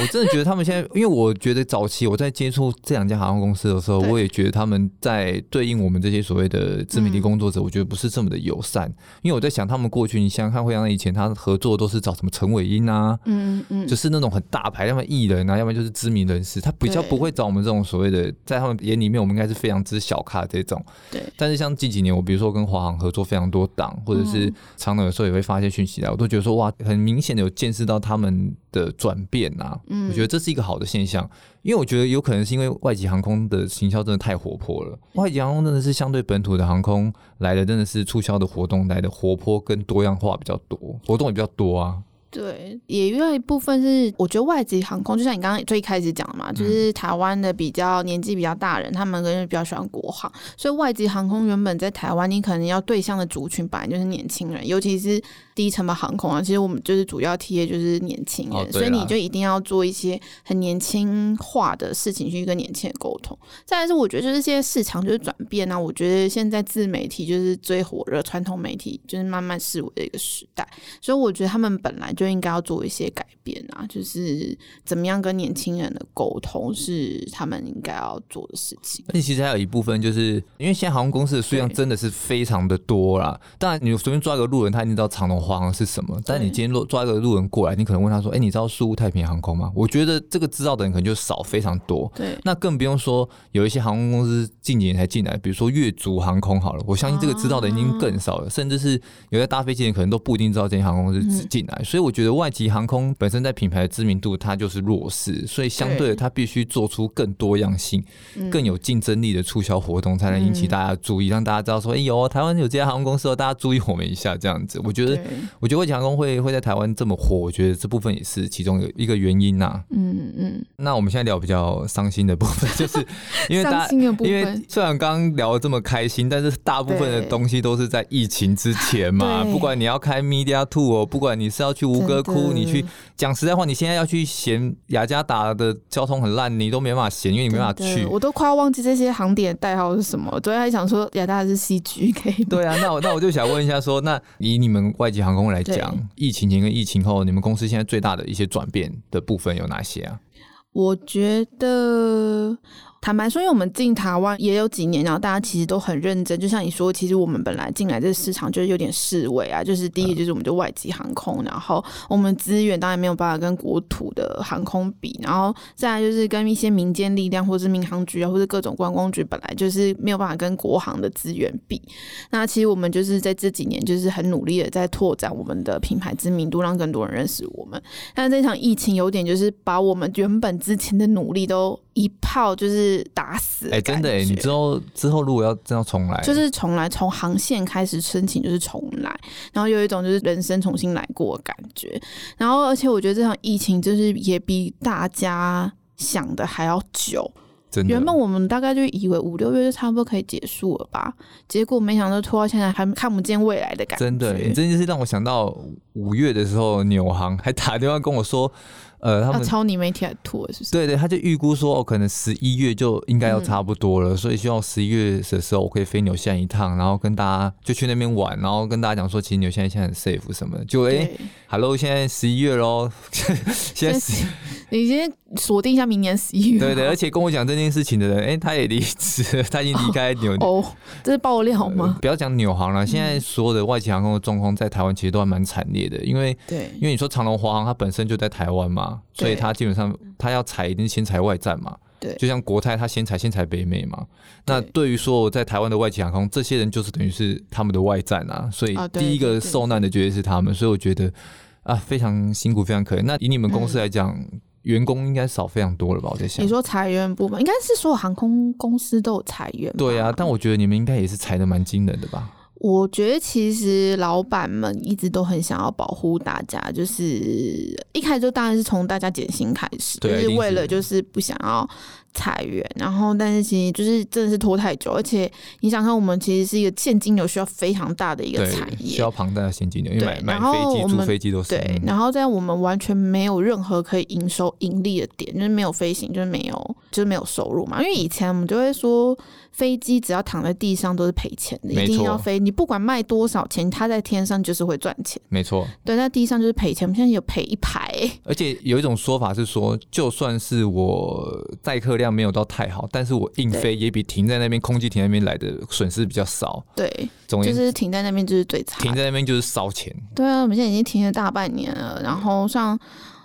Speaker 1: 我真的觉得他们现在，因为我觉得早期我在接触这两家航空公司的时候，
Speaker 4: 对
Speaker 1: 我也觉得他们在对应我们这些所谓的自媒体
Speaker 4: 嗯
Speaker 1: 工作者，我觉得不是这么的友善。因为我在想，他们过去，你想想看，会像以前他合作都是找什么陈伟英啊，
Speaker 4: 嗯嗯
Speaker 1: 就，是那种很大牌，要么艺人啊，要么就是知名人士，他比较
Speaker 4: 对
Speaker 1: 不会找我们这种所谓的，在他们眼里面，我们应该是非常之小咖这种。
Speaker 4: 对
Speaker 1: 但是像近几年，我比如说跟华航合作非常多档，或者是
Speaker 4: 嗯
Speaker 1: 常常有时候也会发一些讯息来，我都觉得说哇，很明显的有见识到他们的转变啊。
Speaker 4: 嗯
Speaker 1: 我觉得这是一个好的现象，因为我觉得有可能是因为外籍航空的行销真的太活泼了，外籍航空真的是相对本土的航空来的真的是促销的活动来的活泼跟多样化比较多，活动也比较多啊。
Speaker 4: 对，也因为一部分是我觉得外籍航空，就像你刚刚最开始讲的
Speaker 1: 嗯
Speaker 4: 嘛，就是台湾的比较年纪比较大人，他们可能比较喜欢国航，所以外籍航空原本在台湾，你可能要对象的族群本来就是年轻人，尤其是低成本航空啊，其实我们就是主要 T A 就是年轻人，
Speaker 1: 哦对
Speaker 4: 所以
Speaker 1: 啦
Speaker 4: 你就一定要做一些很年轻化的事情去跟年轻人沟通。再来是我觉得就是现在市场就是转变啊，我觉得现在自媒体就是最火热，传统媒体就是慢慢式微的一个时代。所以我觉得他们本来就应该要做一些改变啊，就是怎么样跟年轻人的沟通是他们应该要做的事情。
Speaker 1: 而且其实还有一部分，就是因为现在航空公司的数量
Speaker 4: 对
Speaker 1: 真的是非常的多啦。当然，你随便抓个路人，他一定知道长隆、华航是什么。但你今天若抓一个路人过来，你可能问他说：“哎、你知道苏太平洋航空吗？”我觉得这个知道的人可能就少非常多。
Speaker 4: 对，
Speaker 1: 那更不用说有一些航空公司近几年才进来，比如说越族航空好了，我相信这个知道的已
Speaker 4: 啊
Speaker 1: 经更少了，甚至是有在搭飞机的人可能都不一定知道这些航空公司
Speaker 4: 嗯
Speaker 1: 进来。所以我觉得外籍航空本身在品牌的知名度它就是弱势，所以相对的
Speaker 4: 对
Speaker 1: 它必须做出更多样性。更有竞争力的促销活动，才能引起
Speaker 4: 嗯
Speaker 1: 大家注意，让大家知道说，哎、有哦台湾有这家航空公司哦，大家注意我们一下，这样子。我觉
Speaker 4: 对
Speaker 1: 得，，我觉得外籍航空会会在台湾这么火，我觉得这部分也是其中有一个原因呐、啊
Speaker 4: 嗯嗯，
Speaker 1: 那我们现在聊比较伤心的部分， [LAUGHS] 就是因为大
Speaker 4: 伤
Speaker 1: 家。
Speaker 4: 心的部
Speaker 1: 因
Speaker 4: 分，
Speaker 1: 为虽然刚刚聊得这么开心，但是大部分的
Speaker 4: 对
Speaker 1: 东西都是在疫情之前嘛。
Speaker 4: 对
Speaker 1: 不管你要开 Media Two 哦，不管你是要去吴哥
Speaker 4: 真
Speaker 1: 窟，
Speaker 4: 的
Speaker 1: 你去讲实在话，你现在要去嫌雅加达的交通很烂，你都没办法嫌，因为你没办法
Speaker 4: 真的
Speaker 1: 去。
Speaker 4: 我都快要忘记这些航点的代号是什么。我昨天还想说，亚大是 CGK，
Speaker 1: 对啊，那我那我就想问一下说那以你们外籍航空来讲，疫情前跟疫情后，你们公司现在最大的一些转变的部分有哪些啊？
Speaker 4: 我觉得。坦白说，因为我们进台湾也有几年，然后大家其实都很认真。就像你说，其实我们本来进来这个市场就是有点示威啊，就是第
Speaker 1: 嗯
Speaker 4: 一就是我们就外籍航空，然后我们资源当然没有办法跟国土的航空比，然后再来就是跟一些民间力量或是民航局啊，或是各种观光局本来就是没有办法跟国航的资源比。那其实我们就是在这几年就是很努力的在拓展我们的品牌知名度，让更多人认识我们。但这场疫情有点就是把我们原本之前的努力都一炮就是打死。
Speaker 1: 哎、真的哎、你之后之后如果要真要重来，
Speaker 4: 就是重来，从航线开始申请就是重来，然后有一种就是人生重新来过的感觉。然后，而且我觉得这场疫情就是也比大家想的还要久。
Speaker 1: 真的
Speaker 4: 原本我们大概就以为五六月就差不多可以结束了吧，结果没想到拖到现在还看不见未来的感觉。
Speaker 1: 真的，你真的是让我想到五月的时候，纽航还打电话跟我说，呃，他
Speaker 4: 要
Speaker 1: 们
Speaker 4: 啊哦超你媒体来拖了，是不是？
Speaker 1: 对对，他就预估说，哦，可能十一月就应该
Speaker 4: 嗯
Speaker 1: 要差不多了，所以希望十一月的时候我可以飞纽西兰一趟，然后跟大家就去那边玩，然后跟大家讲说，其实纽西兰现在很 safe 什么的，就哎、
Speaker 4: 对，
Speaker 1: Hello，现在十一月喽，现在十
Speaker 4: [LAUGHS] 你先锁定一下明年十一月。
Speaker 1: 对对，而且跟我讲这件事情的人，哎、他也离职了，他已经离开纽、
Speaker 4: 哦，这是爆料
Speaker 1: 呃
Speaker 4: 吗？嗯
Speaker 1: 不要讲纽航了，现在所有的外籍航空的状况在台湾其实都还蛮惨烈的，呃因为
Speaker 4: 对
Speaker 1: 因为你说长龙、华航，它本身就在台湾嘛，所以
Speaker 4: 对嗯
Speaker 1: 它基本上它要裁一定先裁外站嘛，
Speaker 4: 对
Speaker 1: 就像国泰，它先采先采北美嘛。那
Speaker 4: 对
Speaker 1: 对于说在台湾的外籍航空，这些人就是等于是他们的外战啊，所以
Speaker 4: 啊对
Speaker 1: 第一
Speaker 4: 对
Speaker 1: 个
Speaker 4: 对
Speaker 1: 受难的绝对是他们。所以我觉得啊，非常辛苦，非常可怜。那以你们公司来讲，员工应该少非常多了吧？我在想
Speaker 4: 嗯你。说裁员部门，应该是所有航空公司都有裁员吧。
Speaker 1: 对啊，但我觉得你们应该也是裁的蛮惊人的吧？
Speaker 4: 我觉得其实老板们一直都很想要保护大家，就是一开始就当然是从大家减薪开始，就
Speaker 1: 对啊一
Speaker 4: 是
Speaker 1: 定
Speaker 4: 为
Speaker 1: 是
Speaker 4: 了就是不想要裁员，然后但是其实就是真的是拖太久，而且你想看我们其实是一个现金流需要非常大的一个
Speaker 1: 对
Speaker 4: 产，业，
Speaker 1: 需要庞大的现金流，因为
Speaker 4: 对
Speaker 1: 买买
Speaker 4: 然后
Speaker 1: 飞机、
Speaker 4: 我
Speaker 1: 租
Speaker 4: 们
Speaker 1: 飞机都是。
Speaker 4: 对
Speaker 1: 嗯，
Speaker 4: 然后在我们完全没有任何可以营收盈利的点，就是没有飞行，就是没有，就是没有收入嘛。因为以前我们就会说，飞机只要躺在地上都是赔钱的，
Speaker 1: 没
Speaker 4: 一定
Speaker 1: 错
Speaker 4: 要飞，你不管卖多少钱，它在天上就是会赚钱，
Speaker 1: 没错。
Speaker 4: 对，在地上就是赔钱。我们现在有赔一排、 [LAUGHS]
Speaker 1: 而且有一种说法是说，就算是我载客量没有到太好，但是我硬
Speaker 4: 对
Speaker 1: 飞也比停在那边空机停在那边来的损失比较少。
Speaker 4: 对，
Speaker 1: 总而
Speaker 4: 就
Speaker 1: 言之，
Speaker 4: 是停在那边就是最惨。
Speaker 1: 停在那边就是烧钱。
Speaker 4: 对啊，我们现在已经停了大半年了。然后像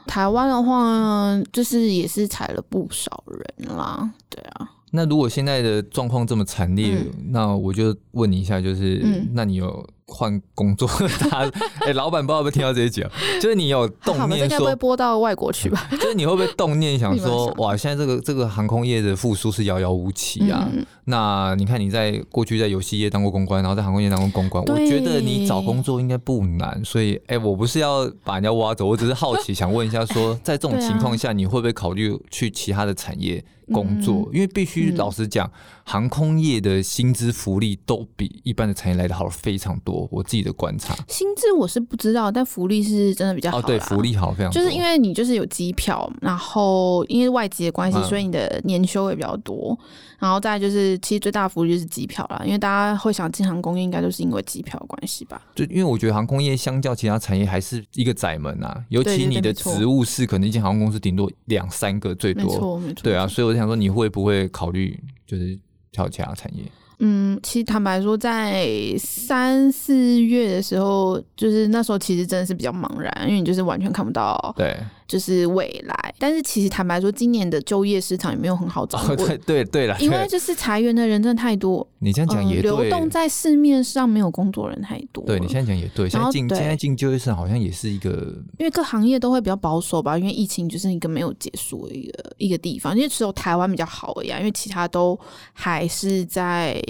Speaker 4: 台湾的话，就是也是裁了不少人啦，对啊。
Speaker 1: 那如果现在的状况这么惨烈，那我就问你一下，就是、
Speaker 4: 嗯
Speaker 1: 那你有换工作？ [LAUGHS] 他
Speaker 4: [LAUGHS]
Speaker 1: 哎、老板不知道有没有听到这一集啊？就是你有
Speaker 4: 还好
Speaker 1: 动
Speaker 4: 吧，这
Speaker 1: 念
Speaker 4: 应该不
Speaker 1: 说
Speaker 4: 会播到外国去吧？
Speaker 1: [LAUGHS] 就是你会不会动念
Speaker 4: [LAUGHS]
Speaker 1: 想
Speaker 4: 你
Speaker 1: 说
Speaker 4: 们，想
Speaker 1: 哇，现在这个这个航空业的复苏是遥遥无期啊？
Speaker 4: 嗯
Speaker 1: 那你看你在过去在游戏业当过公关，然后在航空业当过公关，我觉得你找工作应该不难。所以，哎、我不是要把人家挖走，我只是好奇想问一下说
Speaker 4: [LAUGHS]
Speaker 1: 在这种情况下，你会不会考虑去其他的产业工作？因为必须
Speaker 4: 嗯
Speaker 1: 老实讲，航空业的薪资福利都比一般的产业来的好非常多。我自己的观察，
Speaker 4: 薪资我是不知道，但福利是真的比较好
Speaker 1: 哦，
Speaker 4: 啦。
Speaker 1: 对，福利好非常多，
Speaker 4: 就是因为你就是有机票，然后因为外籍的关系，
Speaker 1: 嗯
Speaker 4: 所以你的年休也比较多。然后再来就是，其实最大的福利就是机票啦，因为大家会想进航空业，应该都是因为机票的关系吧？
Speaker 1: 就因为我觉得航空业相较其他产业还是一个窄门啊，尤
Speaker 4: 对
Speaker 1: 其
Speaker 4: 对对
Speaker 1: 你的
Speaker 4: 没错
Speaker 1: 职务是可能一间航空公司顶多两三个最
Speaker 4: 没
Speaker 1: 多，
Speaker 4: 错，没错。
Speaker 1: 对啊，
Speaker 4: 没错，
Speaker 1: 所以我就想说你会不会考虑就是跳其他产业？
Speaker 4: 嗯，其实坦白说，在三四月的时候，就是那时候其实真的是比较茫然，因为你就是完全看不到
Speaker 1: 对，
Speaker 4: 就是未来。但是其实坦白说，今年的就业市场也没有很好找
Speaker 1: 哦，
Speaker 4: 过
Speaker 1: [LAUGHS] 对对对了，
Speaker 4: 因为
Speaker 1: 对
Speaker 4: 就是裁员的人真的太多，
Speaker 1: 你这样讲
Speaker 4: 嗯
Speaker 1: 也
Speaker 4: 流
Speaker 1: 对，
Speaker 4: 动在市面上没有工作人太多了。
Speaker 1: 对你现在讲也对，现
Speaker 4: 然
Speaker 1: 在
Speaker 4: 后
Speaker 1: 进
Speaker 4: 对
Speaker 1: 现在进就业市场好像也是一个
Speaker 4: 因为各行业都会比较保守吧，因为疫情就是一个没有结束的一个一个地方，因为只有台湾比较好而已、啊，因为其他都还是在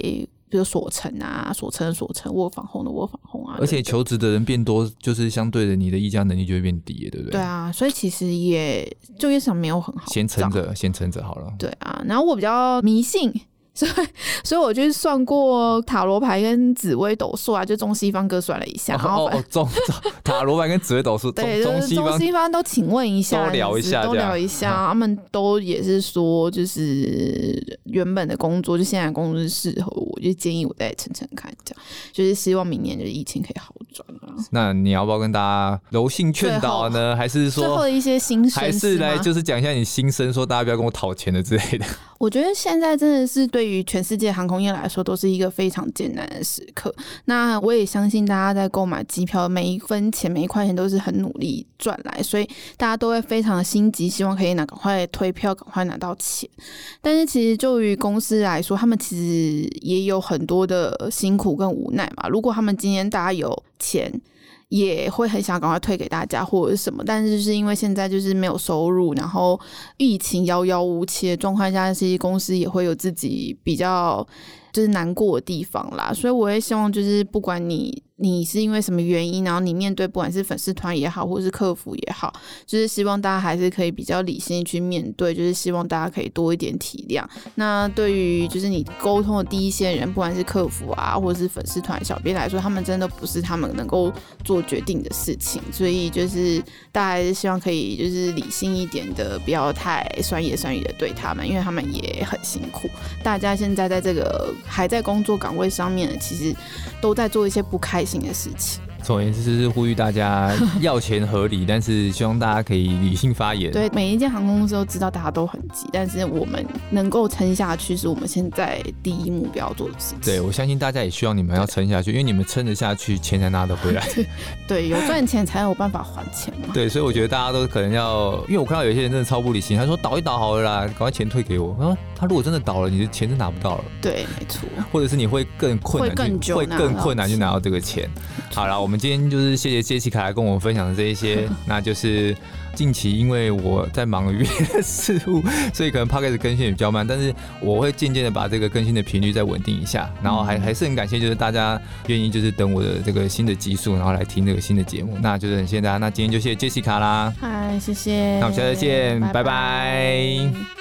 Speaker 4: 比如锁城啊、锁城、锁城、卧房红的卧房红啊，
Speaker 1: 而且求职的人变多，就是相对的你的议价能力就会变低耶，对不对？
Speaker 4: 对，啊，所以其实也就业市场没有很好，
Speaker 1: 先撑。着，先撑着好了。
Speaker 4: 对啊，然后我比较迷信，所以所以我就算过塔罗牌跟紫微斗数啊，就中西方各算了一下，然后
Speaker 1: 哦
Speaker 4: 反
Speaker 1: 哦，中 [LAUGHS] 塔罗牌跟紫微斗数，中
Speaker 4: 对，就
Speaker 1: 中
Speaker 4: 是
Speaker 1: 西方
Speaker 4: 中西方都请问一下，
Speaker 1: 都聊一下
Speaker 4: 就是都
Speaker 1: 这样
Speaker 4: 聊一下，他们都也是说，就是原本的工作，就现在的工作是适合我，就建议我再撑撑看，这样就是希望明年就是疫情可以好转啊。
Speaker 1: 那你要不要跟大家柔性劝导呢？还是
Speaker 4: 最后
Speaker 1: 说，
Speaker 4: 的一些心声
Speaker 1: 还是来
Speaker 4: 吗
Speaker 1: 就是讲一下你心声，说大家不要跟我讨钱的之类的？
Speaker 4: 我觉得现在真的是对于全世界航空业来说，都是一个非常艰难的时刻。那我也相信大家在购买机票，每一分钱、每一块钱都是很努力赚来，所以大家都会非常心急，希望可以拿赶快推票，赶快拿到钱。但是其实就于公司来说，他们其实也有很多的辛苦跟无奈嘛。如果他们今天大家有钱，也会很想赶快退给大家或者是什么，但是就是因为现在就是没有收入，然后疫情遥遥无期的状况下，其实公司也会有自己比较就是难过的地方啦。所以我会希望就是不管你你是因为什么原因，然后你面对不管是粉丝团也好，或是客服也好，就是希望大家还是可以比较理性地去面对，就是希望大家可以多一点体谅。那对于就是你沟通的第一线人，不管是客服啊，或者是粉丝团小编来说，他们真的不是他们能够做决定的事情，所以就是大家还是希望可以就是理性一点的，不要太酸言酸语的对他们，因为他们也很辛苦。大家现在在这个还在工作岗位上面，其实都在做一些不开心的事情。
Speaker 1: 总而言之，就是呼吁大家要钱合理，但是希望大家可以理性发言。
Speaker 4: 对，每一间航空公司都知道大家都很急，但是我们能够撑下去是我们现在第一目标做的事情。
Speaker 1: 对，我相信大家也希望你们要撑下去，因为你们撑得下去，钱才拿得回来。
Speaker 4: 对，有赚钱才有办法还钱。嘛。
Speaker 1: 对，所以我觉得大家都可能要，因为我看到有些人真的超不理性，他说倒一倒好了啦，赶快钱退给我。他说他如果真的倒了，你的钱就拿不到了，
Speaker 4: 对，没错。
Speaker 1: 或者是你会更困难去，
Speaker 4: 会更久
Speaker 1: 会
Speaker 4: 拿
Speaker 1: 更
Speaker 4: 到
Speaker 1: 困难去拿到这个钱。好啦，我们今天就是谢谢杰西卡来跟我们分享的这一
Speaker 4: [LAUGHS]
Speaker 1: 些，那就是近期因为我在忙于别的事物，所以可能 p o c a s t 更新也比较慢，但是我会渐渐的把这个更新的频率再稳定一下，然后
Speaker 4: 嗯
Speaker 1: 还还是很感谢就是大家愿意就是等我的这个新的集数，然后来听这个新的节目，那就是很谢谢大家，那今天就谢谢杰西卡啦。
Speaker 4: 哎嗨，谢谢。
Speaker 1: 那我们下次见，拜拜